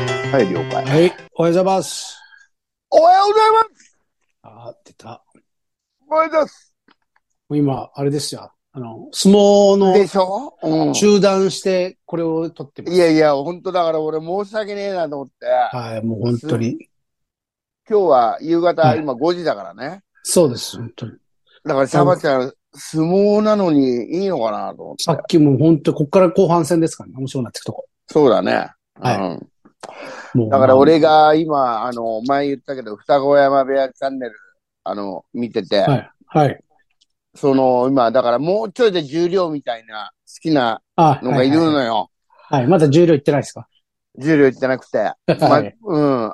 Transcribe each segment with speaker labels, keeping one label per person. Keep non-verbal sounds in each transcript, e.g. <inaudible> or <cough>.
Speaker 1: はい、おはようございます。
Speaker 2: おはようございます
Speaker 1: あー、出た。
Speaker 2: おはようございます
Speaker 1: もう今、あれですよ。あの、相撲
Speaker 2: で
Speaker 1: の
Speaker 2: しょうん。
Speaker 1: 中断して、これを撮ってます。
Speaker 2: いやいや、本当だから俺申し訳ねえなと思って、
Speaker 1: はい、もう本当に。
Speaker 2: 今日は夕
Speaker 1: は
Speaker 2: 方、
Speaker 1: い
Speaker 2: 今5時だからね。
Speaker 1: そうです、本当に。
Speaker 2: だからシャバちゃん、相撲なのにいいのかなと思
Speaker 1: さ
Speaker 2: っ。
Speaker 1: ってきも本当に、ここから後半戦ですからね。面白くなっていくとこ。
Speaker 2: そうだね。
Speaker 1: はい
Speaker 2: うん。
Speaker 1: もう
Speaker 2: だから俺。が今、あの、前言ったけど、双子山部屋チャンネル、あの、見てて、
Speaker 1: はい、はい。
Speaker 2: その、今、だからもうちょいで重量みたいな好きな
Speaker 1: あ、
Speaker 2: のがいる
Speaker 1: はい
Speaker 2: のよ。
Speaker 1: はい、まだ重量いってないですか
Speaker 2: 重量じゃなくて。ま
Speaker 1: はい。
Speaker 2: うん。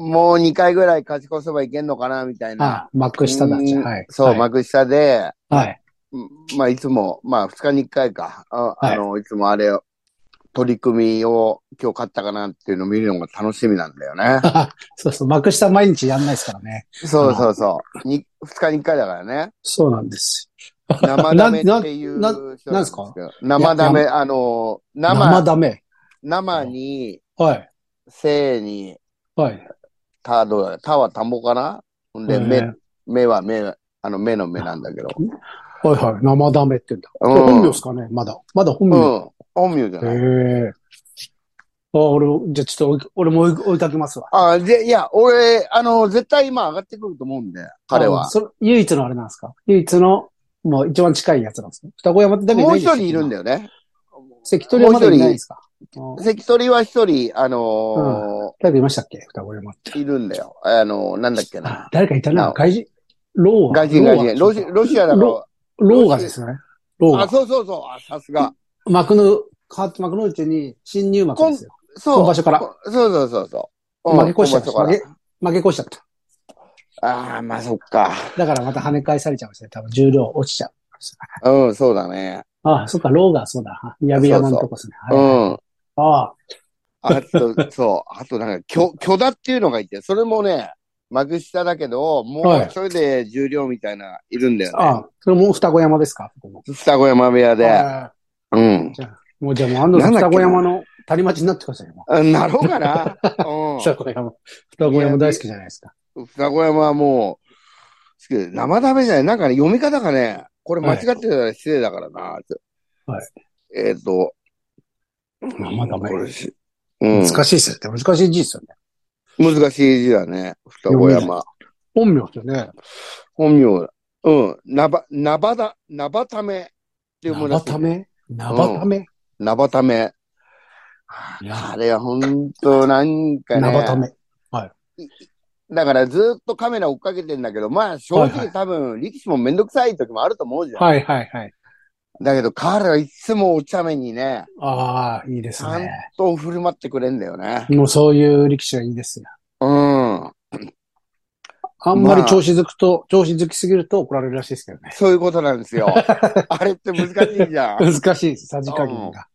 Speaker 2: もう2回ぐらい勝ち越せばいけんのかな、みたいな。
Speaker 1: あ、幕下だ。じゃあはい。
Speaker 2: そう、
Speaker 1: はい
Speaker 2: 幕下で、
Speaker 1: はい。
Speaker 2: うんまあいつも、まあ2日に1回か。あ,、
Speaker 1: はい
Speaker 2: い、あの、いつもあれを、取り組みを今日勝ったかなっていうのを見るのが楽しみなんだよね。
Speaker 1: そうそう、幕下毎日やんないですからね。
Speaker 2: そうそうそう。に2日に1回だから
Speaker 1: <laughs>
Speaker 2: ね。
Speaker 1: そうなんです。
Speaker 2: 生ダメっていう
Speaker 1: な
Speaker 2: 人
Speaker 1: な
Speaker 2: なんです
Speaker 1: なんすか
Speaker 2: けど生ダ
Speaker 1: い
Speaker 2: メ、あの、
Speaker 1: 生
Speaker 2: 生、
Speaker 1: ダメ。
Speaker 2: 生に、
Speaker 1: はい。
Speaker 2: 生に、
Speaker 1: はい。
Speaker 2: た、どうだたは田んぼかなほんで、
Speaker 1: え
Speaker 2: 目
Speaker 1: ー、
Speaker 2: 目は目、あの目の目なんだけど。
Speaker 1: はいはい。生ダメって言うんだ。これ
Speaker 2: うん
Speaker 1: 本名ですかねまだ。まだ本名。
Speaker 2: うん。本名じゃ
Speaker 1: へ
Speaker 2: ない。
Speaker 1: え。あ、俺、じゃあちょっと追い、俺も追い追いかけますわ。
Speaker 2: あ、で、いや、俺、あの、絶対今上がってくると思うんで、彼
Speaker 1: あ
Speaker 2: は。
Speaker 1: それ唯一のあれなんですか唯一の、もう一番近いやつなんですか双子山ってだけ
Speaker 2: もう一人いるん
Speaker 1: よ。
Speaker 2: だよね。
Speaker 1: 関取はまだいないんですかあ
Speaker 2: 関取は一人、あの
Speaker 1: 誰かいましたっけ双子山って。
Speaker 2: ーいるんだよ。あのーなんだっけな。
Speaker 1: 誰かいた
Speaker 2: な
Speaker 1: な。
Speaker 2: お
Speaker 1: 外人。ローガ。
Speaker 2: 外人、外人。ロシロシアだろ
Speaker 1: ロ。ローガですね。ロー
Speaker 2: あ、
Speaker 1: ガ。
Speaker 2: そうそうそう。あ、さすが。
Speaker 1: 幕の、か幕の内に新入幕ですよ。
Speaker 2: そう。
Speaker 1: 今場所から
Speaker 2: こ。そうそうそうそう。うん
Speaker 1: 負け越しちゃった。
Speaker 2: 今場
Speaker 1: 負
Speaker 2: 所
Speaker 1: け、負け越しちゃった。
Speaker 2: から。ああ、まあそっか。
Speaker 1: だからまた跳ね返されちゃいましたね。多分重量落ちちゃう。
Speaker 2: うん、そうだね。
Speaker 1: ああ、そっか、ローがそうだ。やびやまのとこですね。
Speaker 2: う
Speaker 1: はい
Speaker 2: ん。
Speaker 1: ああ、
Speaker 2: あと、そう。あとなんか、きょ、巨だっていうのがいて、それもね、幕下だけど、も、
Speaker 1: はいう
Speaker 2: それで重量みたいな、いるんだよね。
Speaker 1: ああ、それもう双子山ですかここも
Speaker 2: 双子山部屋で。
Speaker 1: ああ
Speaker 2: うん。
Speaker 1: もうじゃあもう安藤さん
Speaker 2: なんだ
Speaker 1: 双
Speaker 2: っけ
Speaker 1: 子山の谷町になってくださいよ。も
Speaker 2: あなろうかな。
Speaker 1: <laughs> う
Speaker 2: う
Speaker 1: 双子山。双子山大好きじゃないですか。
Speaker 2: ん。双子山はもう、好きで生ダメじゃない。なんかね、読み方がね、これ間違ってたら失礼だからな。。
Speaker 1: はい
Speaker 2: えっ、と。
Speaker 1: 生ダメ
Speaker 2: これしうん。
Speaker 1: 難しいですよね。難しい字ですよね。
Speaker 2: 難しい字だね。双子
Speaker 1: 読め
Speaker 2: 山。
Speaker 1: 本名ですよね。
Speaker 2: 本名だ。うん。なば、なばだ、なばためって読むら
Speaker 1: 生
Speaker 2: しいね。
Speaker 1: ため生ため
Speaker 2: ナバタメ。
Speaker 1: い
Speaker 2: あ
Speaker 1: や、
Speaker 2: れは本当なんかね。
Speaker 1: 生ため。
Speaker 2: だからずっとカメラ追っかけてんだけど、まあ正
Speaker 1: はいは
Speaker 2: 直多分力士もめんどくさい時もあると思うじゃん。
Speaker 1: はいはいはい。
Speaker 2: だけど彼はいつもお茶目にね、
Speaker 1: ああ、いいですね。
Speaker 2: と振る舞ってくれんだよね。
Speaker 1: もうそういう力士はいいですよ。
Speaker 2: うん。
Speaker 1: あんまり調子づくと、調子づきすぎると怒られるらしいですけどね。
Speaker 2: そういうことなんです
Speaker 1: <laughs>
Speaker 2: よ。あれって難しいじゃん。
Speaker 1: 難しいです、さじ加減が。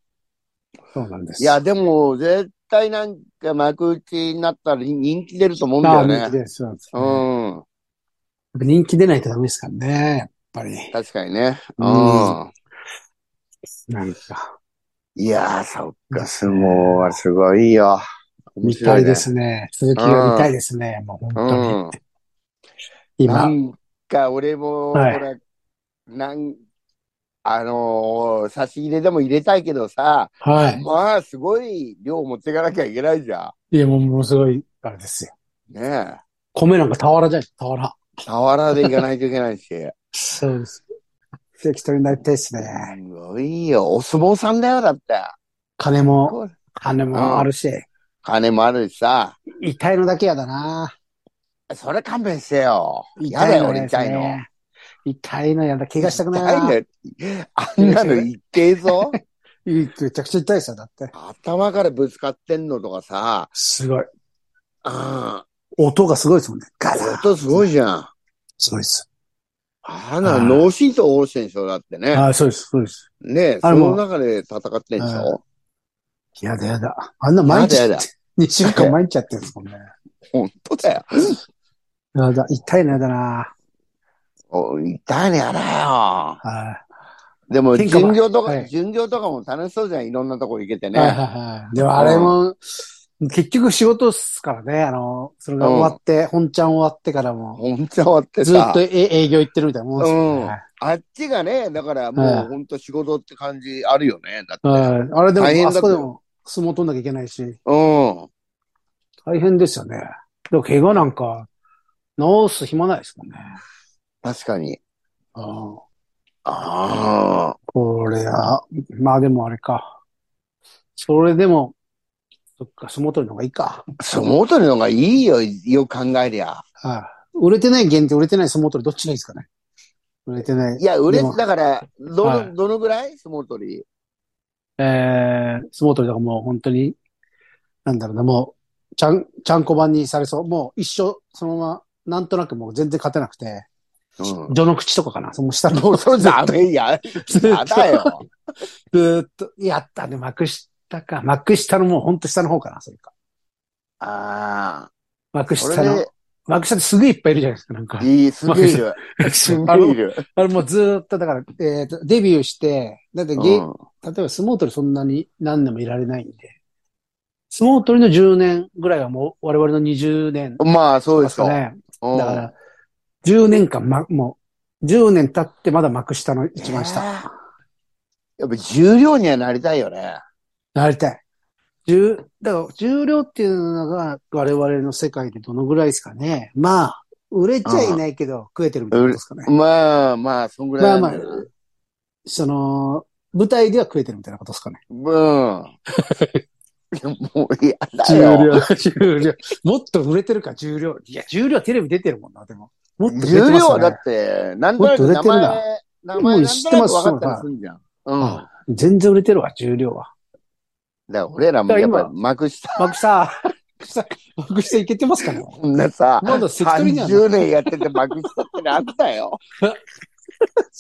Speaker 1: そうなんです。
Speaker 2: いや、でも絶対なんか幕内になったら人気出ると思うんだ
Speaker 1: まあ、
Speaker 2: よ
Speaker 1: 人気
Speaker 2: ね。
Speaker 1: で、そうなんです
Speaker 2: う
Speaker 1: ね、やっ
Speaker 2: ん。
Speaker 1: ぱ人気出ないとダメですからね、やっぱり。
Speaker 2: 確かにね。う
Speaker 1: うん
Speaker 2: ん。
Speaker 1: なんか、
Speaker 2: いやー、そっか、相撲はすごいよ。
Speaker 1: 見
Speaker 2: 面
Speaker 1: た
Speaker 2: 白
Speaker 1: い
Speaker 2: いね
Speaker 1: で。すね。続きが見たいですね、もう
Speaker 2: う
Speaker 1: 本当
Speaker 2: ん。
Speaker 1: に。
Speaker 2: な
Speaker 1: 今、
Speaker 2: んか、俺も、ほ
Speaker 1: はい
Speaker 2: ら、なん、あのー差し入れでも入れたいけどさ、
Speaker 1: はい。
Speaker 2: まあ、すごい量持っていかなきゃいけないじゃ
Speaker 1: いや、もう、ものすごい、あれですよ。
Speaker 2: ん。ね
Speaker 1: 米なんか俵じゃない、俵。
Speaker 2: え。俵でいかないといけない
Speaker 1: <laughs>
Speaker 2: し。
Speaker 1: そうです。適当になりたいですね。
Speaker 2: すごいよ。お相撲さんだよ、だって。
Speaker 1: 金も、金もあるし、
Speaker 2: 金もあるしさ。
Speaker 1: 痛いのだけやだな。
Speaker 2: それ勘弁してよ。や
Speaker 1: 痛
Speaker 2: だ
Speaker 1: い
Speaker 2: よ、
Speaker 1: の
Speaker 2: 俺
Speaker 1: で
Speaker 2: 痛
Speaker 1: す
Speaker 2: いの。
Speaker 1: ね。痛いのやだ。怪我したくないな。
Speaker 2: 痛いのあんなのいってえぞ。
Speaker 1: めちゃくちゃ痛いですよ、だって。
Speaker 2: 頭からぶつかってんのとかさ、
Speaker 1: すごい。
Speaker 2: あ
Speaker 1: 音がすごいですもんね。ガ
Speaker 2: あ、
Speaker 1: ザ
Speaker 2: 音すごいじゃん。
Speaker 1: すごいです。
Speaker 2: あな、脳震盪応戦でしょ、だってね。
Speaker 1: ああ、そうです、そうです。
Speaker 2: ねえ、
Speaker 1: あ
Speaker 2: そ
Speaker 1: れも
Speaker 2: の中で戦ってんでしょ
Speaker 1: やだやだ。あんな毎日
Speaker 2: やだやだ、
Speaker 1: 2週間毎日やってるんですもんね。
Speaker 2: 本当だよ。
Speaker 1: やだ、痛いのやだな。
Speaker 2: お痛いね、あれ
Speaker 1: は
Speaker 2: よ。でも、
Speaker 1: 天下は
Speaker 2: 巡業とか、
Speaker 1: はい
Speaker 2: 巡業とかも楽しそうじゃん、いろんなとこ行けて
Speaker 1: い。
Speaker 2: ね。
Speaker 1: はいはいはい。でもあれも、結局仕事っすからね、あの、それが終わって、本ちゃん終わってからも、
Speaker 2: ほんと終わって
Speaker 1: ず
Speaker 2: さ
Speaker 1: っと。え営業行ってるみたいなもんですよね。
Speaker 2: あっちがね、だからもうほんと仕事って感じあるよね。だって。
Speaker 1: はい。あれでも、
Speaker 2: 大変だ
Speaker 1: あ
Speaker 2: った
Speaker 1: そこでも相撲取んなきゃいけないし、
Speaker 2: うん。
Speaker 1: 大変ですよね。でも怪我なんか、治す暇ないですもんね。
Speaker 2: 確かに。
Speaker 1: うん
Speaker 2: ああ。
Speaker 1: これは、まあでもあれか。それでも、そっか、相撲取るのがいいか。
Speaker 2: 相撲取りの方がいいよ、よく考えりゃ。
Speaker 1: はい売れてない限定、売れてない相撲取り、どっちがいいですかね。売れてない
Speaker 2: い。や、売れ
Speaker 1: でも
Speaker 2: だから、ど
Speaker 1: は
Speaker 2: の、どのぐらい相撲取り。
Speaker 1: えー、相撲取りとかもう本当に、なんだろうな、もう、ちゃん、ちゃんこ版にされそう。もう一生、そのまま、なんとなくもう全然勝てなくて、
Speaker 2: う
Speaker 1: 序の口とかかな。その下の
Speaker 2: ん。もうそれダメや。
Speaker 1: ず
Speaker 2: や
Speaker 1: ーっと
Speaker 2: だよ。
Speaker 1: ずーっと、やったね、幕下か。幕下のもう本当下の方かな、それか。
Speaker 2: あ
Speaker 1: 幕
Speaker 2: あ。それ
Speaker 1: 下の
Speaker 2: で、
Speaker 1: 幕下ってすげえいっぱいいるじゃないですか、なんか。
Speaker 2: いい、すげえい
Speaker 1: <laughs>
Speaker 2: る。すげ
Speaker 1: あ
Speaker 2: えい
Speaker 1: の、
Speaker 2: る。
Speaker 1: あれもうずーっと、だから、えっ、と、デビューして、だって芸、
Speaker 2: うん
Speaker 1: 例えば相撲取りそんなに何年もいられないんで、相撲取りの10年ぐらいはもう我々の20年
Speaker 2: まあ、そう
Speaker 1: で
Speaker 2: ですしょ
Speaker 1: か
Speaker 2: う。
Speaker 1: ね。
Speaker 2: うん
Speaker 1: だから、10年間、ま、もう、10年経ってまだ幕下の一番
Speaker 2: ね
Speaker 1: 下。
Speaker 2: えやっぱ重量にはなりたいよね。
Speaker 1: なりたい。重、だから重量っていうのが我々の世界でどのぐらいですかね。まあ、売れちゃいないけど、食えてるみたいなことですかね。
Speaker 2: まあまあ、そんぐらいなんだよ
Speaker 1: まあその、舞台では食えてるみたいなことですかね。
Speaker 2: うん。いやもう、いやだ
Speaker 1: 重
Speaker 2: よ。
Speaker 1: 量、重量。もっと売れてるか、重量。いや、重量テレビ出てるもんな、でも。もっと売れて
Speaker 2: 重
Speaker 1: ます
Speaker 2: 量は
Speaker 1: よ
Speaker 2: だ
Speaker 1: ね
Speaker 2: っ。て、なんとなく
Speaker 1: もっと売れ
Speaker 2: 名
Speaker 1: てるな
Speaker 2: 前、名前
Speaker 1: も
Speaker 2: な
Speaker 1: うん知っ
Speaker 2: と
Speaker 1: て
Speaker 2: な
Speaker 1: ま
Speaker 2: く
Speaker 1: す
Speaker 2: 分かったりすんじゃん。うん。だか
Speaker 1: 全然売れてるわ、重量は。
Speaker 2: ら俺らもやっぱ幕下、
Speaker 1: 幕下、幕下、幕下いけてますかね
Speaker 2: こんなさ、
Speaker 1: まだ関取にはな
Speaker 2: 30年やってて幕下ってなんだよ。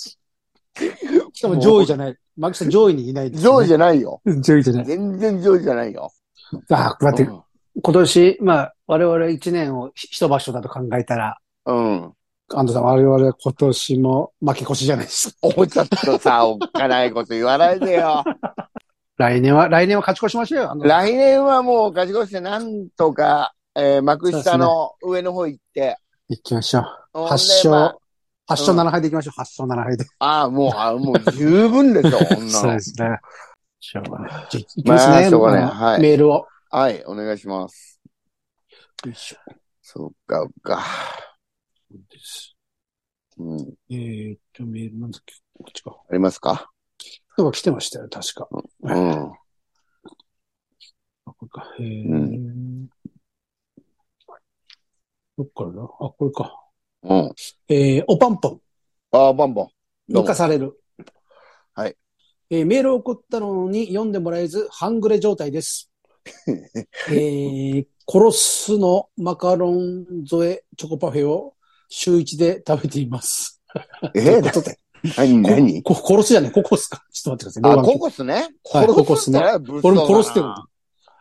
Speaker 1: しかも上位じゃない。幕下上位にいない、
Speaker 2: 上位じ
Speaker 1: ゃ
Speaker 2: ゃないよ。
Speaker 1: ない。上位じゃない。
Speaker 2: 全然上位じゃないよ。
Speaker 1: ああ、待って、今年、まあ、我々一年を一場所だと考えたら、
Speaker 2: うん。うん
Speaker 1: 安藤さん、我々今年も負け越しじゃないですか。
Speaker 2: おちょっとさ、おっかないこと言わないで
Speaker 1: <laughs>
Speaker 2: よ。
Speaker 1: 来年は、来年は勝ち越しましょうよ。安藤さん
Speaker 2: 来年はもう勝ち越して、なんとか、えー幕下の上の方行って。
Speaker 1: 行きましょう。
Speaker 2: ほんで
Speaker 1: 8
Speaker 2: ま
Speaker 1: 勝、8勝7敗でいきましょう。8勝7敗で。
Speaker 2: あ、ああ、もう、ああもう十分で
Speaker 1: <laughs>
Speaker 2: しょ、こんな
Speaker 1: そう
Speaker 2: の
Speaker 1: で。すね。しょうがない。じゃあ行きます
Speaker 2: まあ、
Speaker 1: ね。
Speaker 2: しょうがない。
Speaker 1: あの
Speaker 2: はい。
Speaker 1: メールを。
Speaker 2: はい、お願いします。そっか、そっか。うん、あ
Speaker 1: えーっと、メールなんだっけこっちか。
Speaker 2: りますか
Speaker 1: なんか来てましたよ、確か。
Speaker 2: うん。
Speaker 1: あこれか。えー
Speaker 2: う
Speaker 1: どっからだあ、これか。
Speaker 2: うん。
Speaker 1: えー、おパンポン。
Speaker 2: ああ、バンバン。どう
Speaker 1: 抜
Speaker 2: も
Speaker 1: かされる。
Speaker 2: はい。
Speaker 1: えーメールを送ったのに読んでもらえず、半グレ状
Speaker 2: <laughs>
Speaker 1: 態です。えー、殺すのマカロン添えチョコパフェを週一で食べています。
Speaker 2: え
Speaker 1: というこ
Speaker 2: ー、
Speaker 1: とで
Speaker 2: 何、何
Speaker 1: こ殺すじゃねえ、ココスか。ちょっと待ってください。
Speaker 2: あ、ココスね。
Speaker 1: はいココスね
Speaker 2: 殺すって物騒
Speaker 1: 俺
Speaker 2: だな
Speaker 1: も殺してる。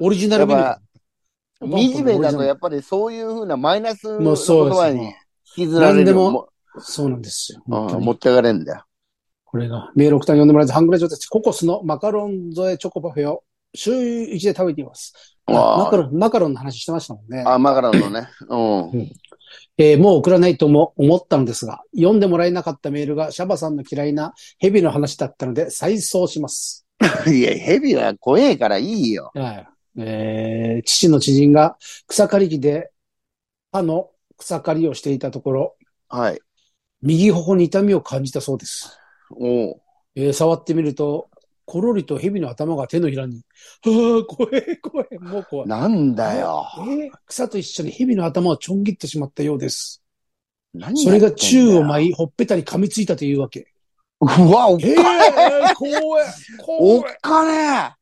Speaker 1: オリジナルメニュ
Speaker 2: やっ
Speaker 1: ー。
Speaker 2: 惨めだと、や
Speaker 1: っ
Speaker 2: っぱりそういうふうなマイナス
Speaker 1: も
Speaker 2: の
Speaker 1: うそう
Speaker 2: 言
Speaker 1: で
Speaker 2: 葉
Speaker 1: す
Speaker 2: に
Speaker 1: ね。
Speaker 2: 引きずられる
Speaker 1: 何でも
Speaker 2: も
Speaker 1: そうなんですよ。本当
Speaker 2: う
Speaker 1: に
Speaker 2: ん持ってかれんだよ。
Speaker 1: これが、メール送ったら読んでもらえず、半グレ状態です。ココスのマカロン添えチョコパフェを週一で食べています。あマカ
Speaker 2: あ
Speaker 1: ロン、マカロンの話してましたもんね。
Speaker 2: あ、マカロンのね。うん。
Speaker 1: えーもう送らないとも思ったのですが、読んでもらえなかったメールがシャバさんの嫌いなヘビの話だったので再送します。 <laughs>
Speaker 2: いや、ヘビは怖えからいいよ。
Speaker 1: はい。えー父の知人が草刈り機で歯の草刈りをしていたところ、
Speaker 2: はい。
Speaker 1: 右頬に痛みを感じたそうです。
Speaker 2: おう
Speaker 1: えー触ってみると、コロリとヘビの頭が手のひらに、はあ、怖え、怖え、もう怖い。
Speaker 2: なんだよ。
Speaker 1: えー草と一緒にヘビの頭をちょん切ってしまったようです。
Speaker 2: 何
Speaker 1: そ
Speaker 2: やって
Speaker 1: れ
Speaker 2: んだ
Speaker 1: が
Speaker 2: よ
Speaker 1: 宙を舞い、ほっぺたに噛みついたというわけ。
Speaker 2: うわ、おっか
Speaker 1: えー、怖え、
Speaker 2: おっ
Speaker 1: 怖え。
Speaker 2: かね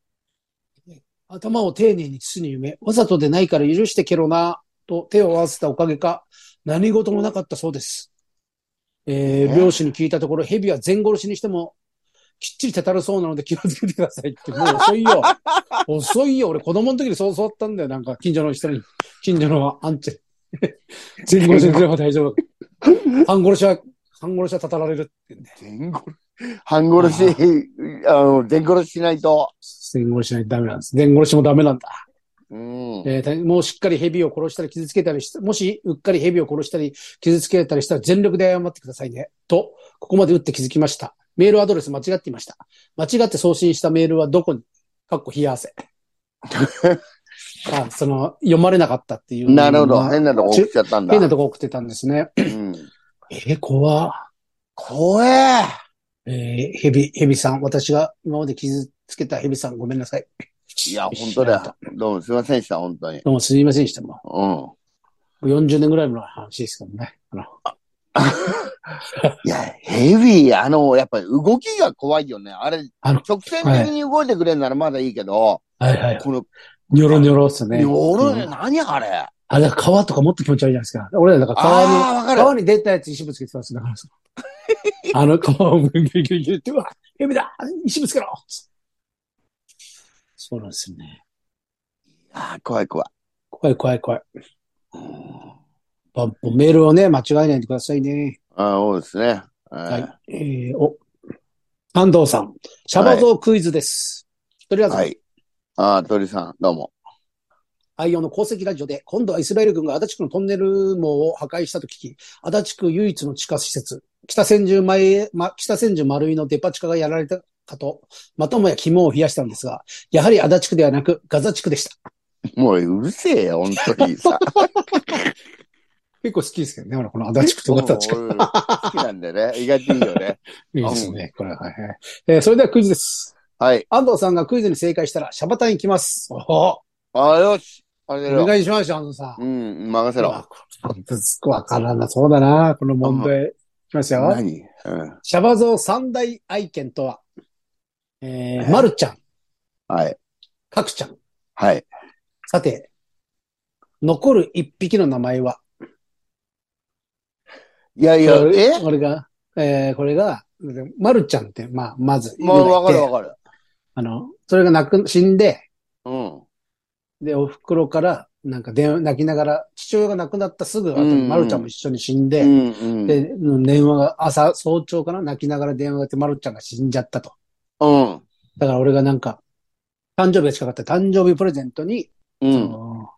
Speaker 1: 頭を丁寧に包に埋め、わざとでないから許してけろな、と手を合わせたおかげか、何事もなかったそうです。えー
Speaker 2: ね
Speaker 1: 漁師に聞いたところ、ヘビは全殺しにしても、きっちりたたるそうなので気をつけてくださいって、もう遅いよ。遅いよ。俺子供の時にそう教わったんだよ。なんか、近所の人に、近所のアンチェ。 <laughs> 全殺しにすれば大丈夫。半殺しは、半殺しはたたられるってね。
Speaker 2: 全殺し、半殺し、あの、全殺ししないと。
Speaker 1: 全殺しないとダメなんです。全殺しもダメなんだ。
Speaker 2: うん。
Speaker 1: えーたもうしっかり蛇を殺したり傷つけたりし、もしうっかり蛇を殺したり傷つけたりしたら全力で謝ってくださいね。と、ここまで打って気づきました。メールアドレス間違っていました。間違って送信したメールはどこにかっこ冷
Speaker 2: <laughs>
Speaker 1: や汗。あその、読まれなかったっていう。
Speaker 2: なるほど。
Speaker 1: まあ
Speaker 2: 変なとこ送っちゃったんだ。
Speaker 1: 変なとこ送ってたんですね。
Speaker 2: うん。
Speaker 1: えー、怖っ
Speaker 2: 怖え。
Speaker 1: えー、ヘビ、ヘビさん。私が今まで傷つけたヘビさん、ごめんなさい。
Speaker 2: いや、本当だよ。どうもすいませんでした、本当に。
Speaker 1: どうもすいませんでした。も
Speaker 2: うん。
Speaker 1: う40年ぐらい前の話ですけどね。あの
Speaker 2: いや、ヘビー、あの、やっぱり動きが怖いよね。あれ、
Speaker 1: あの
Speaker 2: 直線的に動いてくれるならまだいいけど、
Speaker 1: はいはい。
Speaker 2: この、
Speaker 1: ニョロニョロっすね。
Speaker 2: よろ
Speaker 1: うん
Speaker 2: 何あれ
Speaker 1: あれ、だから川とかもっと気持ち悪いじゃないですか。俺らだから川に、
Speaker 2: ああ、わかる。
Speaker 1: 川に出たやつ石ぶつけてたんですよ。だからそのあの川をぐるぐるぐるぐるって、うわ、ヘビだ石ぶつけろつってそうなんですよね。
Speaker 2: ああ、怖い怖い。
Speaker 1: 怖い怖い怖い。
Speaker 2: うん
Speaker 1: バンポメールをね、間違えないでくださいね。
Speaker 2: ああ、そうですね。
Speaker 1: は。
Speaker 2: はい
Speaker 1: えー、お、安藤さん、シャバゾウクイズです。とりあえず、
Speaker 2: はい。ああ、鳥さん、どうも。
Speaker 1: 愛用の鉱石ラジオで、今度はイスラエル軍が足立区のトンネル網を破壊したと聞き、足立区唯一の地下施設、北千住前、ま、北千住丸井のデパ地下がやられたかと、またもや肝を冷やしたんですが、やはり足立区ではなくガザ地区でした。
Speaker 2: もううるせえよ、本当にさ。
Speaker 1: 結構好きですけどね、俺この足立区と <laughs> ガザ地区。
Speaker 2: うん俺好きなんでね。意外といいよね。
Speaker 1: いいですね、これは。はいはいえーそれではクイズです。
Speaker 2: はい。
Speaker 1: 安藤さんがクイズに正解したら、シャバタン行きます。お
Speaker 2: ああ、よし。あれだ
Speaker 1: お
Speaker 2: よ。
Speaker 1: 願いしますよ、安藤さん。
Speaker 2: うん、任せ
Speaker 1: う
Speaker 2: ろ。
Speaker 1: わこれわからなそうだな、この問題。いきますよ。
Speaker 2: 何うん。
Speaker 1: シャバゾウ三大愛犬とは、
Speaker 2: え
Speaker 1: えー、まるちゃん、
Speaker 2: はい。
Speaker 1: かくちゃん。
Speaker 2: はい。
Speaker 1: さて、残る一匹の名前は、
Speaker 2: いやい
Speaker 1: い
Speaker 2: や、
Speaker 1: これ
Speaker 2: え
Speaker 1: これが、えー、これが、まるちゃんって、まあ、まず、
Speaker 2: もうわかる
Speaker 1: 犬がいて
Speaker 2: わかる。
Speaker 1: あの、それが亡く、死んで、
Speaker 2: うん。
Speaker 1: で、お袋から、なんか電話、泣きながら、父親が亡くなったすぐ後
Speaker 2: うんう
Speaker 1: に、
Speaker 2: ん
Speaker 1: まるちゃんも一緒に死んで、
Speaker 2: うんうん。
Speaker 1: で、電話が、朝、早朝かな泣きながら電話があって、まるちゃんが死んじゃったと。
Speaker 2: うん。
Speaker 1: だから俺がなんか、誕生日が近かった誕生日プレゼントに、
Speaker 2: う
Speaker 1: そ
Speaker 2: ん。
Speaker 1: の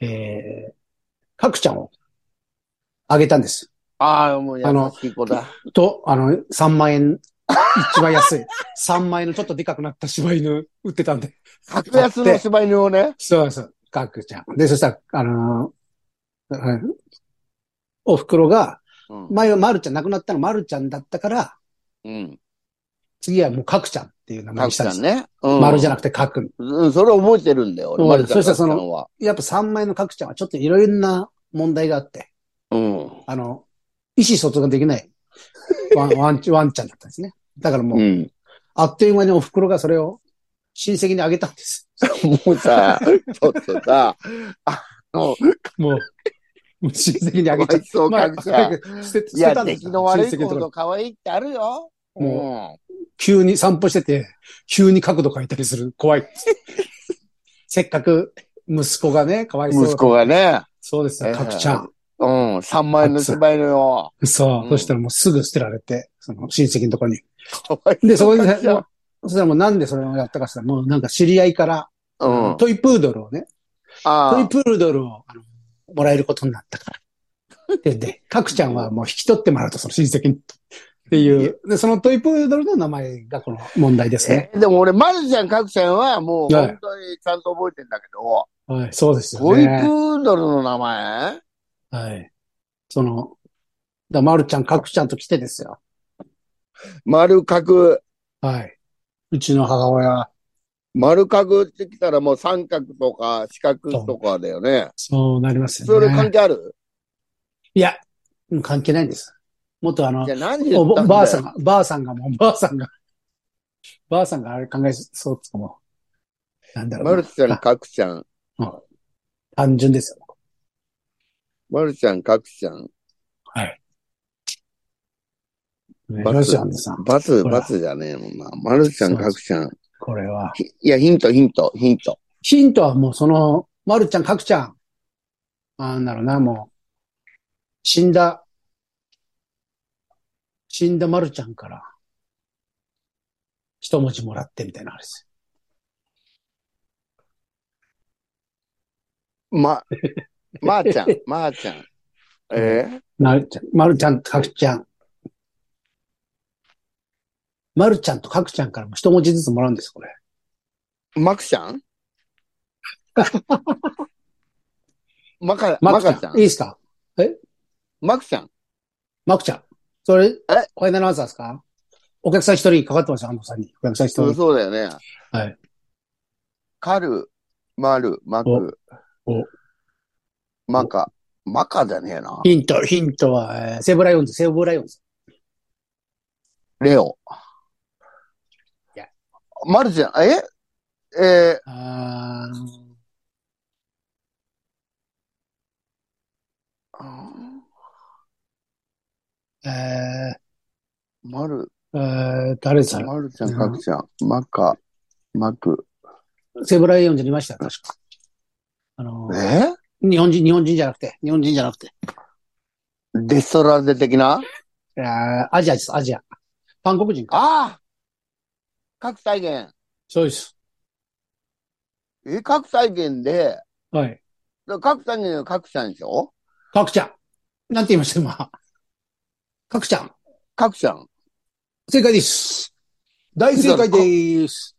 Speaker 1: えー、かくちゃんをあげたんです。
Speaker 2: ああ、もう優
Speaker 1: あの
Speaker 2: しい子だ。
Speaker 1: と、あの、3万円、一番
Speaker 2: <laughs>
Speaker 1: 安い。3万円のちょっとでかくなった柴犬売ってたんで。
Speaker 2: 格安の柴犬をね。
Speaker 1: そうそう、かくちゃん。で、そしたら、あのーうんお袋が、
Speaker 2: うん。
Speaker 1: 前はまるちゃん、亡くなったのまるちゃんだったから、
Speaker 2: うん。
Speaker 1: 次はもうかくちゃんっていう名前
Speaker 2: た
Speaker 1: に
Speaker 2: く
Speaker 1: したん
Speaker 2: さ
Speaker 1: で
Speaker 2: ん
Speaker 1: す。
Speaker 2: ね。うん。
Speaker 1: 丸じゃ
Speaker 2: ゃ
Speaker 1: なくてかく。
Speaker 2: うん、それ覚えてるんだよ。
Speaker 1: うん
Speaker 2: 丸ちゃん
Speaker 1: そしたらその
Speaker 2: たくさんは
Speaker 1: やっぱ3万円のかくちゃんはちょっといろいろな問題があって、
Speaker 2: うん。
Speaker 1: あの、意思疎通ができない <laughs> ワンワンワンちゃんだったんですね。だからもう、
Speaker 2: うん。
Speaker 1: あっという間にお袋がそれを親戚にあげたんです。
Speaker 2: もうさ、ちょっと
Speaker 1: <laughs>
Speaker 2: さ、あの、
Speaker 1: もう、もう <laughs> 親戚にあ
Speaker 2: か
Speaker 1: げ
Speaker 2: わ
Speaker 1: ちゃっ
Speaker 2: いそう
Speaker 1: まあ
Speaker 2: かくちゃん。
Speaker 1: <laughs> 捨て
Speaker 2: い
Speaker 1: 捨て
Speaker 2: や
Speaker 1: た、んです
Speaker 2: 敵の悪い子
Speaker 1: 親戚の
Speaker 2: ほ
Speaker 1: ところ
Speaker 2: ど可愛いってあるよ。
Speaker 1: も急に散歩してて、急に角度変えたりする。怖いっ <laughs> つって。せっかく息子がね、かわ
Speaker 2: う
Speaker 1: い
Speaker 2: ん
Speaker 1: そう。
Speaker 2: 息子がね、
Speaker 1: そうですよ、
Speaker 2: ええ
Speaker 1: かくちゃん。
Speaker 2: うん、3万円の柴犬を。
Speaker 1: そう、
Speaker 2: うん
Speaker 1: そしたらもうすぐ捨てられて、その親戚のところに。
Speaker 2: かわい
Speaker 1: で、そこで、
Speaker 2: かくちゃん
Speaker 1: もうそしたらもうなんでそれをやったかしたら、もうなんか知り合いから、
Speaker 2: うん。
Speaker 1: トイプードルをね、ト
Speaker 2: あ
Speaker 1: イプードルをあのもらえることになったから。で、で、かくちゃんはもう引き取ってもらうと、その親戚に。っていう。で、そのトイプードルの名前がこの問題ですね。
Speaker 2: あ。でも俺、まるちゃん、かくちゃんはもう
Speaker 1: はい
Speaker 2: 本当にちゃんと覚えてんだけど、
Speaker 1: はい、そうですよ
Speaker 2: トイプ
Speaker 1: ね。
Speaker 2: ードルの名前
Speaker 1: はい。その、だまるちゃん、かくちゃんと来てですよ。
Speaker 2: 丸角。
Speaker 1: はい。うちの母親は、
Speaker 2: 丸角ってきたらもう三角とか四角とかだよね。
Speaker 1: そうなります
Speaker 2: そ
Speaker 1: よ
Speaker 2: れ関
Speaker 1: ね。
Speaker 2: 係ある
Speaker 1: いや、うん関係ないんです。もっとあの
Speaker 2: じゃ、あ何言
Speaker 1: お
Speaker 2: った
Speaker 1: ば
Speaker 2: んだよ
Speaker 1: ばあさんが、ばあさんがもう、ばあさんが、ばあさんがあれ考えそうっつうかもう。なんだろうな。
Speaker 2: マルちゃん、カクちゃん。
Speaker 1: 単純ですよ。
Speaker 2: マルちゃん、カクちゃん。
Speaker 1: ね
Speaker 2: バス
Speaker 1: ロシアンさん、
Speaker 2: バツ、
Speaker 1: ほら
Speaker 2: バツじゃねえもんな。マルちゃん、カクちゃん。
Speaker 1: これは。
Speaker 2: ひいや、ヒント、ヒント、ヒント。
Speaker 1: ヒントはもうその、まるちゃん、かくちゃん。なんだろうな、もう。死んだ、死んだまるちゃんから、一文字もらってみたいなあれです。 <laughs>
Speaker 2: ま、まーちゃん、まーちゃん。えー
Speaker 1: なるちゃん、まるちゃんとかくちゃん。まるちゃんとかくちゃんからも一文字ずつもらうんです、これ。
Speaker 2: マクちゃ
Speaker 1: <laughs>
Speaker 2: んマカ、
Speaker 1: ま
Speaker 2: マカ
Speaker 1: くち
Speaker 2: ちゃ
Speaker 1: ゃ
Speaker 2: ん
Speaker 1: ん。いいですか
Speaker 2: マクちゃん。
Speaker 1: まくちゃん。それ、えファイナルアンサーですかお客さん一人かかってますよ、安藤さんに。お客さん一
Speaker 2: そう
Speaker 1: 人。
Speaker 2: そうだよね。
Speaker 1: はい。
Speaker 2: カル、マル、マク。
Speaker 1: おお
Speaker 2: マカ。マカじゃねえな。
Speaker 1: ヒント、ヒントは、えーセブライオンズ、セブライオンズ。
Speaker 2: レオ
Speaker 1: いや。
Speaker 2: マルちゃん、ええ
Speaker 1: あ
Speaker 2: ー、
Speaker 1: ーえ
Speaker 2: マル、
Speaker 1: ー、えー、誰さん
Speaker 2: マルちゃん、カクちゃん、マカ、マク。
Speaker 1: セブライオンズにいましたよ、確か。あのー、
Speaker 2: え
Speaker 1: 日本人、日本人じゃなくて、日本人じゃなくて。
Speaker 2: デストラーゼ的な
Speaker 1: えーアジアです、アジア。韓国人か。
Speaker 2: ああ各再現。
Speaker 1: そうです。
Speaker 2: え、各再現で、
Speaker 1: はい。
Speaker 2: だから各さんには各さんでしょ
Speaker 1: かくちゃん。なんて言いました、今。かくちゃん。
Speaker 2: 各さん。
Speaker 1: 正解です。大正解です。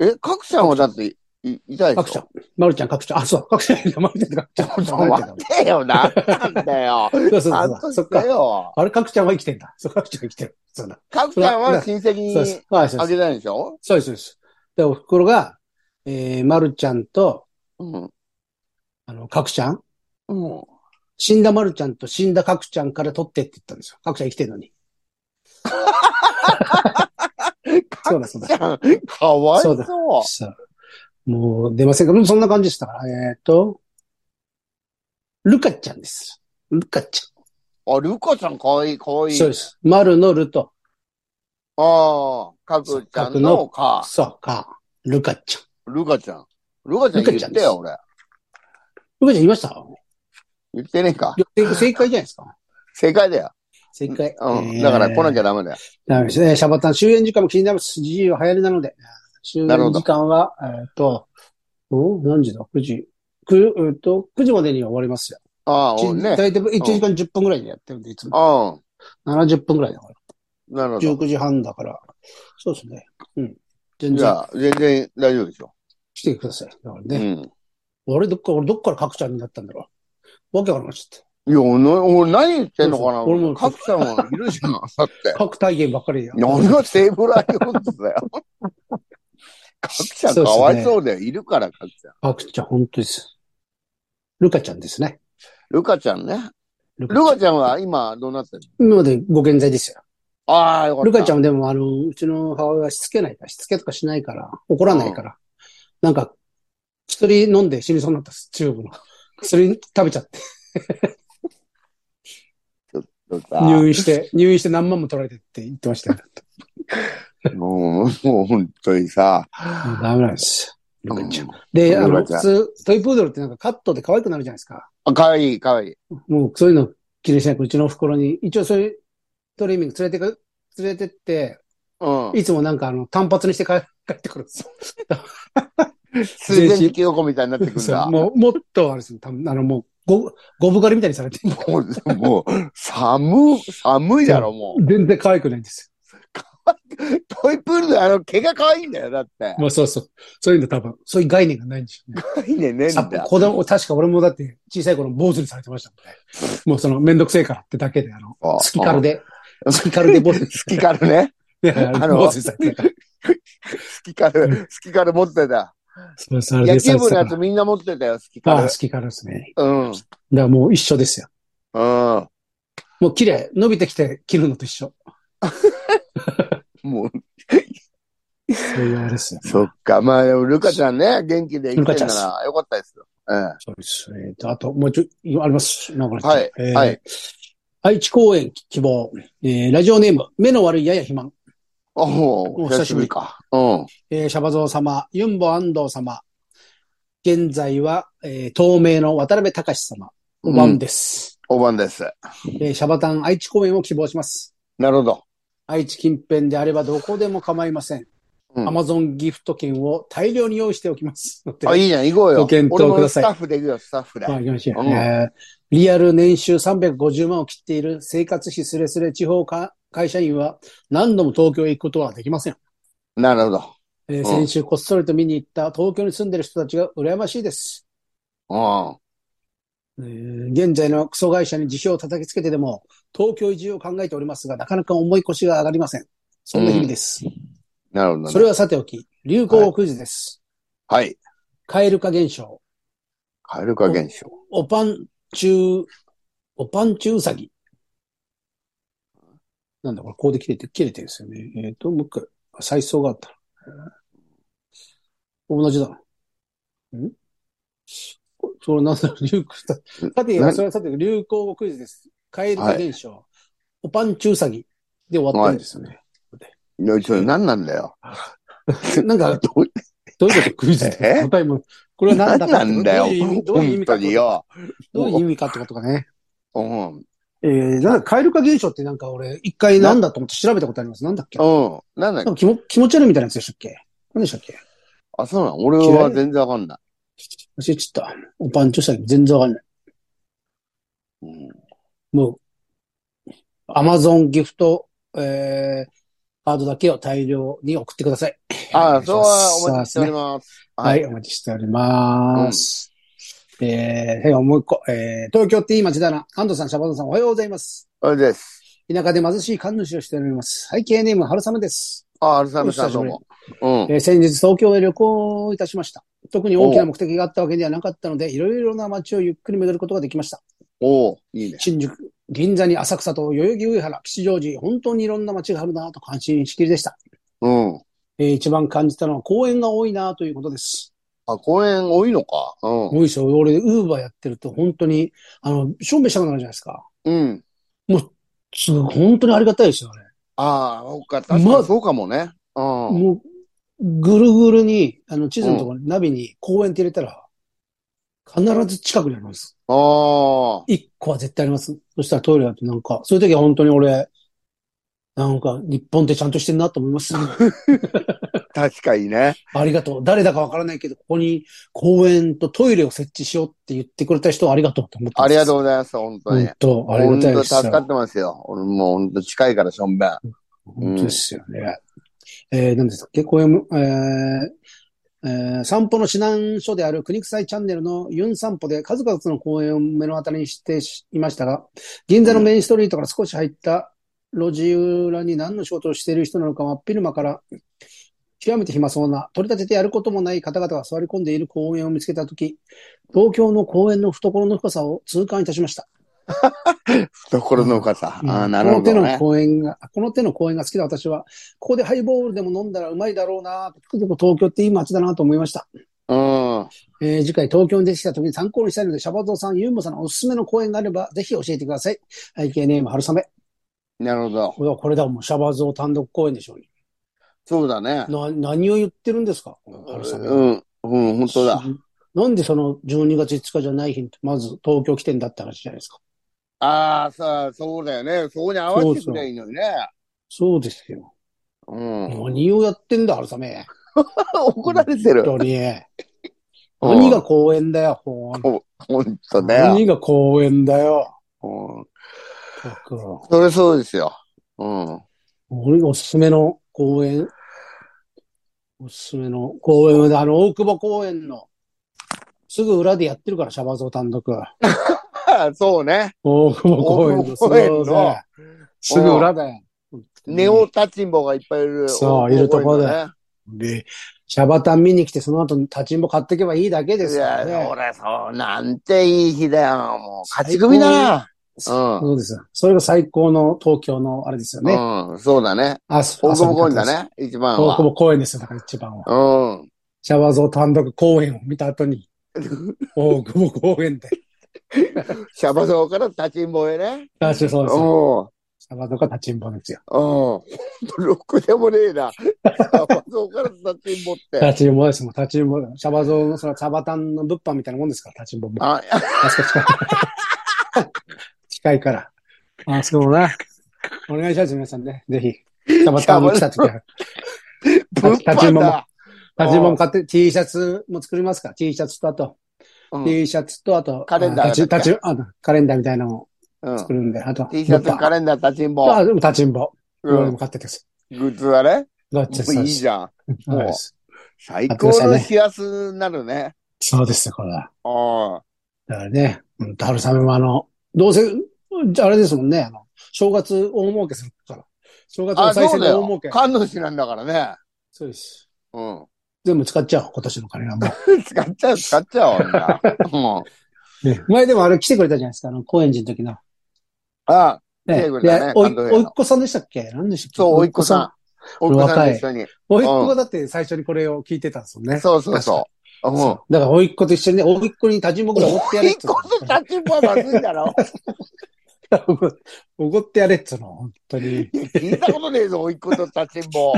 Speaker 2: え、各さんはだってい、い、いたいでしょ
Speaker 1: かくちゃん。まるちゃん、かくちゃん。あ、そう、かくちゃん。まるちゃんとかくちゃん。
Speaker 2: ち <laughs> ょっと待ってよ、なんなんだよ。
Speaker 1: そうそう
Speaker 2: ちゃん
Speaker 1: そうそ
Speaker 2: と
Speaker 1: う。そっ
Speaker 2: して
Speaker 1: か。
Speaker 2: よ。
Speaker 1: あれ、かくちゃんは生きてんだ。そう、かくちゃんは生きてる。そうだ。
Speaker 2: 各さんは親戚
Speaker 1: そうです
Speaker 2: に。
Speaker 1: はい、そう
Speaker 2: あ
Speaker 1: です。
Speaker 2: げないでしょ
Speaker 1: そうですそうです。で、おふくろが、えー、まるちゃんと、
Speaker 2: うん。
Speaker 1: あの、かくちゃん
Speaker 2: うん。
Speaker 1: 死んだまるちゃんと死んだかくちゃんから取ってって言ったんですよ。かくちゃん生きてるの
Speaker 2: <laughs>
Speaker 1: に。そうだそうだ。
Speaker 2: かわいそ
Speaker 1: そうだ
Speaker 2: う。
Speaker 1: さあもう出ませんかうんそんな感じでしたから。えっ、と、ルカちゃんです。ルカち
Speaker 2: あ、ルカちゃんかわいい、かわ
Speaker 1: ゃん。
Speaker 2: いい。
Speaker 1: そうです。マルのルと、
Speaker 2: ああ、各ちゃんのか。
Speaker 1: そうか、ルカちゃん。
Speaker 2: ルカちゃん。ルカちゃん
Speaker 1: ルカ
Speaker 2: 言っ
Speaker 1: ちゃん
Speaker 2: てよ、俺。
Speaker 1: ルカちゃんいました
Speaker 2: 言ってねえか
Speaker 1: い。や正正解じゃないですか。
Speaker 2: 正解だよ。
Speaker 1: 正解。
Speaker 2: うん。だから来なき
Speaker 1: ゃ。
Speaker 2: ゃダメだよ。
Speaker 1: ダメですね。シャバタン、終演時間も気になります。自由は流行りなので。終演
Speaker 2: なるほど
Speaker 1: 時間は、えっ、と、お何時だ ?9 時。く、えっと、9時までには終わりますよ。
Speaker 2: ああ、お
Speaker 1: 一
Speaker 2: ね。
Speaker 1: 大体1時間10分ぐらいでやってるんで、いつも。
Speaker 2: あ
Speaker 1: 70分ぐらいだから。
Speaker 2: あ、なるほど。
Speaker 1: 19時半だから、そうですね。うん。全
Speaker 2: じ
Speaker 1: 然
Speaker 2: ゃあ、全然大丈夫でしょ。
Speaker 1: 来てください。だから
Speaker 2: う
Speaker 1: ね。
Speaker 2: ん。
Speaker 1: 俺どっから、俺どっから角ちゃんになったんだろう。わけわからなくなっちゃっ
Speaker 2: いや、おの俺何言ってんのかな
Speaker 1: そうそう俺も
Speaker 2: カクちゃんはいるじゃん、だって
Speaker 1: て。。各体験ばっかりや。
Speaker 2: 何がセーブライオンズだ
Speaker 1: <laughs>
Speaker 2: よ。カクちゃんかわいそうだよ。いるから、カクちゃん。
Speaker 1: 角ちゃん、本当です。ルカちゃんですね。
Speaker 2: ルカちゃんね。
Speaker 1: ル
Speaker 2: ルカ
Speaker 1: ち
Speaker 2: ちゃんは今どうなってるの
Speaker 1: ゃん。今までご健在ですよ。
Speaker 2: ああ、よかった。
Speaker 1: ルカちゃ
Speaker 2: ん。
Speaker 1: んはでも、あの、うちの母親がしつけないから、しつけとかしないから、怒らないから。なんか、薬飲んで死にそうになったんです、
Speaker 2: <laughs>
Speaker 1: 中国の。薬食べちゃって、入院して、入院して何万も取られてって言ってましたよ。
Speaker 2: もう、もう本当にさ。
Speaker 1: もうダメなんです。ルカちゃん。で、
Speaker 2: ルカ
Speaker 1: あの、
Speaker 2: ちゃん
Speaker 1: 普通、トイプードルってなんかカットで可愛くなるじゃないですか。
Speaker 2: あ、かわいい、かわいい。
Speaker 1: もうそういうの気にしなく、うちの袋に、一応そういうトリミング連れてく、連れてって、
Speaker 2: うん。
Speaker 1: いつもなんかあ <laughs> の、単発にして帰帰ってくるんですよ。
Speaker 2: 水前寺清子みたいになってくるん
Speaker 1: そう
Speaker 2: だ。
Speaker 1: もう、もっとあれですよ。たあの、もう、ご、ごぶ狩りみたいにされて、
Speaker 2: もう、もう、寒い、寒いだろ、もう。
Speaker 1: 全然可愛くないんです
Speaker 2: トイプールであの毛が可愛いんだよ、だって
Speaker 1: よ。。 <laughs> まあそうそう。そういうの多分、そういう概念がないんでしょうね。
Speaker 2: 可愛いね、ねん
Speaker 1: あ
Speaker 2: だ。
Speaker 1: 子供、確か俺もだって小さい頃坊主にされてましたもんね。 <laughs> もうその、めんどくせえからってだけで、あの、
Speaker 2: あ
Speaker 1: 好きからで、
Speaker 2: あ
Speaker 1: 好きからで坊 <laughs> 主に
Speaker 2: 好きからね。あの
Speaker 1: 坊主にされてたか
Speaker 2: 好
Speaker 1: ら。
Speaker 2: きから、好きから持ってた。
Speaker 1: そうです、あれで
Speaker 2: 野球部のやつ
Speaker 1: さ
Speaker 2: みんな持ってたよ、好き
Speaker 1: ああ、
Speaker 2: か
Speaker 1: 好きからですね。
Speaker 2: ら。うん。うん。
Speaker 1: だからもう一緒ですよ。
Speaker 2: も
Speaker 1: もう綺麗。伸びてきて切るのと一緒。
Speaker 2: う、
Speaker 1: そういうあれですよ。
Speaker 2: そっか。まあ、でもルカちゃんね、元気で生きて
Speaker 1: ルカち
Speaker 2: る
Speaker 1: ゃんです
Speaker 2: ならよかったですよ。え
Speaker 1: そうです。えっと、あと、もうちょい、あります。なんか
Speaker 2: はい
Speaker 1: えー
Speaker 2: はい
Speaker 1: 愛知公演希望。えーラジオネーム、目の悪いやや肥満。
Speaker 2: え。あ、もう、
Speaker 1: お
Speaker 2: 久
Speaker 1: 久
Speaker 2: し
Speaker 1: し
Speaker 2: ぶ
Speaker 1: ぶ
Speaker 2: り
Speaker 1: り
Speaker 2: か。うん。
Speaker 1: えーシャバゾウ様、ユンボ安藤様。現在は、えー透明の渡辺隆様。おばんです、
Speaker 2: おばんです。
Speaker 1: えーシャバタン愛知公演を希望します。
Speaker 2: なるほ
Speaker 1: 愛知近辺であればどこでも構いません。
Speaker 2: うん
Speaker 1: アマゾンギフト券を大量に用意しておきますので。
Speaker 2: あ、いいじゃん、行こうよ。
Speaker 1: ご検討
Speaker 2: 俺も
Speaker 1: ください
Speaker 2: スタッフで行くよ、スタッフで。
Speaker 1: まあ、行きましょう
Speaker 2: うん
Speaker 1: えーリアル年収350万を切っている生活費すれすれ地方か会社員は何度も東京へ行くことはできません。
Speaker 2: なるほど。
Speaker 1: えー
Speaker 2: ん
Speaker 1: 先週こっそりと見に行った東京に住んでる人たちが羨ましいです。
Speaker 2: うん。
Speaker 1: えー現在のクソ会社に辞表を叩きつけてでも東京移住を考えておりますが、なかなか重い腰が上がりません。そんな日々です。
Speaker 2: なるほど、ね。
Speaker 1: それはさておき、流行語クイズです。
Speaker 2: はい。
Speaker 1: 蛙化現象。
Speaker 2: 蛙化現象。
Speaker 1: おパンチュー、おパンチュウサギ。なんだ、これ、こうで切れて、切れてるんですよね。えっ、と、もう一回、再送があったな。同じだな。んこそれなんだろう、流行、さて、
Speaker 2: な
Speaker 1: それはさて、流行語クイズです。カエル化現象、おパンチュウサギで終わってるんですよね。
Speaker 2: いや、それ何なんだよ。
Speaker 1: なんか、
Speaker 2: どう
Speaker 1: どういうことクイズで
Speaker 2: え
Speaker 1: 答えも、これは
Speaker 2: 何
Speaker 1: 何だ
Speaker 2: な
Speaker 1: か
Speaker 2: んだよ
Speaker 1: どういう意味、。どういう意
Speaker 2: 本
Speaker 1: 味
Speaker 2: 当
Speaker 1: かっ
Speaker 2: に
Speaker 1: てこと
Speaker 2: よ。
Speaker 1: どういう意味かってことかね。
Speaker 2: うん。うん。
Speaker 1: えー、なんか、蛙化現象ってなんか俺、一回なんだと思って調べたことあります。なんだっけなん
Speaker 2: なんだっけ
Speaker 1: か気も気持ち悪いみたいなやつでしたっけ何でしたっけ
Speaker 2: あ、そうなの俺は全然わかんない。
Speaker 1: 忘れちゃった。おパンチョしたけど全然わかんない。
Speaker 2: うん。
Speaker 1: もう、アマゾンギフト、えー、カードだけを大量に送ってください。
Speaker 2: あ、それはお待ちしており
Speaker 1: ま
Speaker 2: ます。
Speaker 1: す。はい、お待ちしております。えー、最後もう一個、えー、東京っていい街だな。安藤さん、シャバドンさん、おはようございます。
Speaker 2: あれです。
Speaker 1: 田舎で貧しい神主をしております。背景ネーム、春雨です。
Speaker 2: あ、アルサムさんどうも。うん。
Speaker 1: えー先日東京へ旅行いたしました。特に大きな目的があったわけではなかったので、いろいろな街をゆっくり巡ることができました。
Speaker 2: おおいいね。
Speaker 1: 新宿、銀座に浅草と代々木上原、吉祥寺、本当にいろんな街があるなぁと感心しきりでした。
Speaker 2: うん。
Speaker 1: えー一番感じたのは公園が多いなぁということです。
Speaker 2: あ、公園多いのか。う
Speaker 1: 多いですよ。俺、ウーバーやってると本当に、あの、証明したくなるじゃないですか。
Speaker 2: ん。うん。
Speaker 1: すごい本当にありがたいですよ、あれ。
Speaker 2: ああ、そっか。確かにそうかもね。うん。
Speaker 1: もう、ぐるぐるに、あの、地図のところに、ナビに公園って入れたら、必ず近くにあります。
Speaker 2: ああ。
Speaker 1: 一個は絶対あります。そしたらトイレだとなんか、そういう時は本当に俺、なんか、日本ってちゃんとしてんなと思います。
Speaker 2: 確かにね。
Speaker 1: <laughs> ありがとう。誰だかわからないけど、ここに公園とトイレを設置しようって言ってくれた人はありがとうと思ってます。
Speaker 2: ありがとう
Speaker 1: う。
Speaker 2: ございます。本当に
Speaker 1: 本。当、あり
Speaker 2: 本
Speaker 1: がたい
Speaker 2: 当
Speaker 1: ですよ。
Speaker 2: 助かってますよ。俺もう本当近いから、しょんべん。
Speaker 1: 本当ですよね。えー、何ですか結構、えーえー散歩の指南書である国臭チャンネルのユン散歩で数々の公園を目の当たりにしていましたが、銀座のメインストリートから少し入った路地裏に何の仕事をしている人なのかは昼間から極めて暇そうな、取り立ててやることもない方々が座り込んでいる公園を見つけたとき、東京の公園の懐の深さを痛感いたしました。
Speaker 2: 懐の深さ。あ
Speaker 1: う
Speaker 2: あ、
Speaker 1: ん
Speaker 2: なるほ
Speaker 1: この
Speaker 2: ど
Speaker 1: 手の
Speaker 2: ね。
Speaker 1: 公園が、この手の公園が好きな私は、ここでハイボールでも飲んだらうまいだろうなと、つくづく東京っていい街だなと思いました。
Speaker 2: うん。
Speaker 1: えー次回東京に出てきた時に参考にしたいので、シャバゾウさん、ユーモさんのおすすめの公園があれば、ぜひ教えてください。背景ネーム、春雨。
Speaker 2: なるほど。
Speaker 1: これは、これだ、もうシャバゾウ単独公園でしょうね。
Speaker 2: そうだね。
Speaker 1: な、何を言ってるんですか
Speaker 2: う
Speaker 1: 春雨。
Speaker 2: ん。うん、本当だ。。
Speaker 1: なんでその12月5日じゃない日に、まず東京来てんだって話じゃないですか。
Speaker 2: ああ、さあ、そうだよね。そこに合わせてくればいいのにね。
Speaker 1: そうですよ。
Speaker 2: うん。
Speaker 1: 何をやってんだ、春雨。
Speaker 2: <laughs> 怒られてる。
Speaker 1: 本
Speaker 2: <laughs>
Speaker 1: 当に。何が公園だよ、ほん
Speaker 2: 本当だよ。
Speaker 1: 何が公園だよ。
Speaker 2: うん
Speaker 1: だから
Speaker 2: それそうですよ。うん。
Speaker 1: 俺がおすすめの公園、おすすめの公園はね、あの、大久保公園の、すぐ裏でやってるから、シャバゾウ単独。
Speaker 2: <laughs> そうね。
Speaker 1: 大久保公園の、
Speaker 2: 大久保公園の
Speaker 1: そうだよすぐ裏だよ。
Speaker 2: ネオタチンボがいっぱいいる。
Speaker 1: そういるとこだ
Speaker 2: ね。
Speaker 1: で、シャバタン見に来て、その後、立ちんぼ買っていけばいいだけで
Speaker 2: い
Speaker 1: すから
Speaker 2: や、
Speaker 1: ね。
Speaker 2: 俺、そう、なんていい日だよ。もう、勝ち組だな。
Speaker 1: そうですよ。それが最高の東京の、あれですよ
Speaker 2: う
Speaker 1: ね。
Speaker 2: ん。うん、そうだね。
Speaker 1: あ、そ
Speaker 2: 大久保公園
Speaker 1: 遊び方です
Speaker 2: だね、一番
Speaker 1: 大久
Speaker 2: は。
Speaker 1: 保公園ですよ、だから一番は。
Speaker 2: うん。
Speaker 1: シャバゾウ単独公演を見た後に、大久保公園
Speaker 2: <laughs>
Speaker 1: で。
Speaker 2: シャバゾウから立ちんぼへね。
Speaker 1: 確かにそう
Speaker 2: う
Speaker 1: ですよ。
Speaker 2: ん。
Speaker 1: シャバゾウが立ちんぼですよ。
Speaker 2: うん。ほんと、ろくでもねえな。シャバゾウから立ちんぼって。
Speaker 1: 立ちんぼですもん、立ちんぼ。シャバゾウの、その、サバタンの物販みたいなもんですから、立ちんぼも。
Speaker 2: あ、
Speaker 1: あそこ近い。近いから。
Speaker 2: <laughs>
Speaker 1: あそこもな。お願いします、皆さんね。ぜひ。シャバタンに来た時は。
Speaker 2: 物
Speaker 1: 立ち
Speaker 2: 販
Speaker 1: 物も
Speaker 2: だ。
Speaker 1: 立ち物買って T シャツも作りますか ?T シャツとあと、
Speaker 2: うん
Speaker 1: T シャツとあと、
Speaker 2: カレンダー
Speaker 1: あ立ち、
Speaker 2: だっ
Speaker 1: 立
Speaker 2: け
Speaker 1: ち、あカレンダーみたいなのも
Speaker 2: うん
Speaker 1: 作るんで、あと、
Speaker 2: T シャツ、カ
Speaker 1: レ
Speaker 2: レンダー、立ちんぼ。
Speaker 1: あ、でも立ちんぼ。
Speaker 2: う
Speaker 1: 俺
Speaker 2: ん
Speaker 1: も買ってたし。
Speaker 2: グッズだね。
Speaker 1: どっ
Speaker 2: も
Speaker 1: ち
Speaker 2: ういいじゃん。
Speaker 1: そう
Speaker 2: も
Speaker 1: で
Speaker 2: う
Speaker 1: す。
Speaker 2: 最高の幸せになるね。
Speaker 1: そうですよ、これは。
Speaker 2: うん。
Speaker 1: だからね、うんと春雨もあの、どうせ、じゃああれですもんね、あの、正月大儲けするから。正月お
Speaker 2: あ、
Speaker 1: 再
Speaker 2: そ
Speaker 1: 生
Speaker 2: うだ
Speaker 1: で大
Speaker 2: よ
Speaker 1: 儲け。。
Speaker 2: 感動しなんだからね。
Speaker 1: そうです。
Speaker 2: うん。 <laughs>
Speaker 1: 全部使っちゃおう、今年の金はも
Speaker 2: 使っちゃう、使っちゃおう、みん
Speaker 1: <laughs>
Speaker 2: な。うん。
Speaker 1: う。ね前でもあれ来てくれたじゃないですか、あの、高円寺の時の。
Speaker 2: あ、来て
Speaker 1: ね
Speaker 2: くれたね
Speaker 1: でお
Speaker 2: 関
Speaker 1: い
Speaker 2: 東
Speaker 1: お
Speaker 2: 平
Speaker 1: い
Speaker 2: 野
Speaker 1: っ子さんでしたっけ何でしたっけ
Speaker 2: そう、おいっ子さん。おいっ子さんと一緒に。
Speaker 1: おいっ子がだって最初にこれを聞いてたんですもんね。
Speaker 2: そうそうそう。うん。
Speaker 1: そうだから、おいっ子と一緒にね、おいっ子に立ちもぐらおごってやれ
Speaker 2: おい
Speaker 1: っ
Speaker 2: っ
Speaker 1: つうの
Speaker 2: 子と立ちんぼはまずいだろ。
Speaker 1: <laughs> おごってやれっつうの、本当に。
Speaker 2: いや聞いたことねえぞ、おいっ子と立ちん
Speaker 1: <laughs>
Speaker 2: ぼ。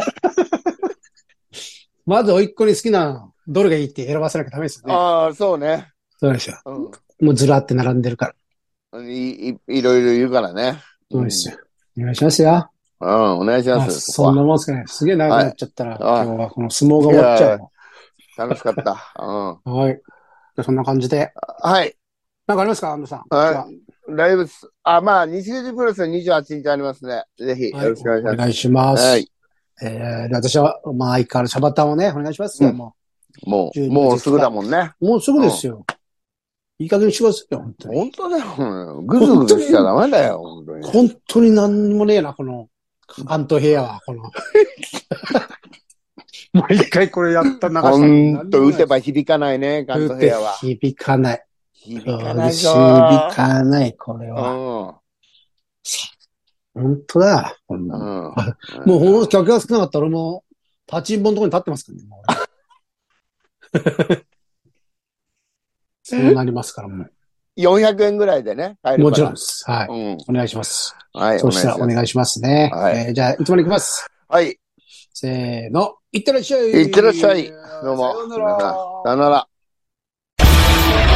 Speaker 1: まず、おいっ子に好きな、どれがいいって選ばせなきゃダメですよね。
Speaker 2: ああ、そうね。
Speaker 1: そうでしょ。
Speaker 2: う
Speaker 1: もうずらって並んでるから。
Speaker 2: ん。い、い、いろいろ言うからね。
Speaker 1: そうですよ。お願いしますよ。
Speaker 2: うん、お願いしま
Speaker 1: あ
Speaker 2: す。そ
Speaker 1: そ
Speaker 2: こ
Speaker 1: ん
Speaker 2: は
Speaker 1: なもんすかね。すげえ長くなっちゃったら、
Speaker 2: はい
Speaker 1: 今日はこの相撲が終わっちゃう
Speaker 2: 楽しかった。うん。
Speaker 1: の。はい。じゃあそんな感じで。
Speaker 2: はい。
Speaker 1: なんかありますか安藤さん。
Speaker 2: はライブす、あ、まあ、西口プロレス28日ありますね。ぜひ、
Speaker 1: じゃあ
Speaker 2: よろしくお願いし
Speaker 1: お
Speaker 2: ます。
Speaker 1: 願いします。
Speaker 2: はい。
Speaker 1: えー、で私は、まあ、相変わらずシャバタンをね、お願いしますよ、
Speaker 2: うん
Speaker 1: も
Speaker 2: もう、
Speaker 1: 12
Speaker 2: もうすぐだもんね。
Speaker 1: う。もうすぐですよ。いい加減にしてくださいよ、本当に。
Speaker 2: 本当だよ。ぐずぐずしちゃダメだよ、本当に。
Speaker 1: 本当になんもねえな、この、関東平野は、この。毎回これやった流した
Speaker 2: ほんと、打てば響かないね、関東
Speaker 1: 打て
Speaker 2: 平野は。
Speaker 1: 響かない。
Speaker 2: 響
Speaker 1: そう
Speaker 2: かないぞ。
Speaker 1: 響かない、これは。本当だ。こんな
Speaker 2: う
Speaker 1: の
Speaker 2: ん。うん。
Speaker 1: もうほんと客が少なかったら俺も、立ちんぼのとこに立ってますからね。
Speaker 2: <laughs>
Speaker 1: もう俺そうなりますから、も
Speaker 2: 400円ぐらいでね、入
Speaker 1: う。
Speaker 2: る
Speaker 1: もちろん
Speaker 2: ん
Speaker 1: で。す。はい。
Speaker 2: うん。
Speaker 1: お願いします。
Speaker 2: はい、
Speaker 1: そうしたらお
Speaker 2: いし
Speaker 1: 願いしますね。
Speaker 2: はい
Speaker 1: えーじゃあ、いつもに行きます。
Speaker 2: ます。はい、
Speaker 1: せーの。いってらっしゃい。
Speaker 2: いってらっしゃいどうも
Speaker 1: さようなら
Speaker 2: さよなら。
Speaker 3: 「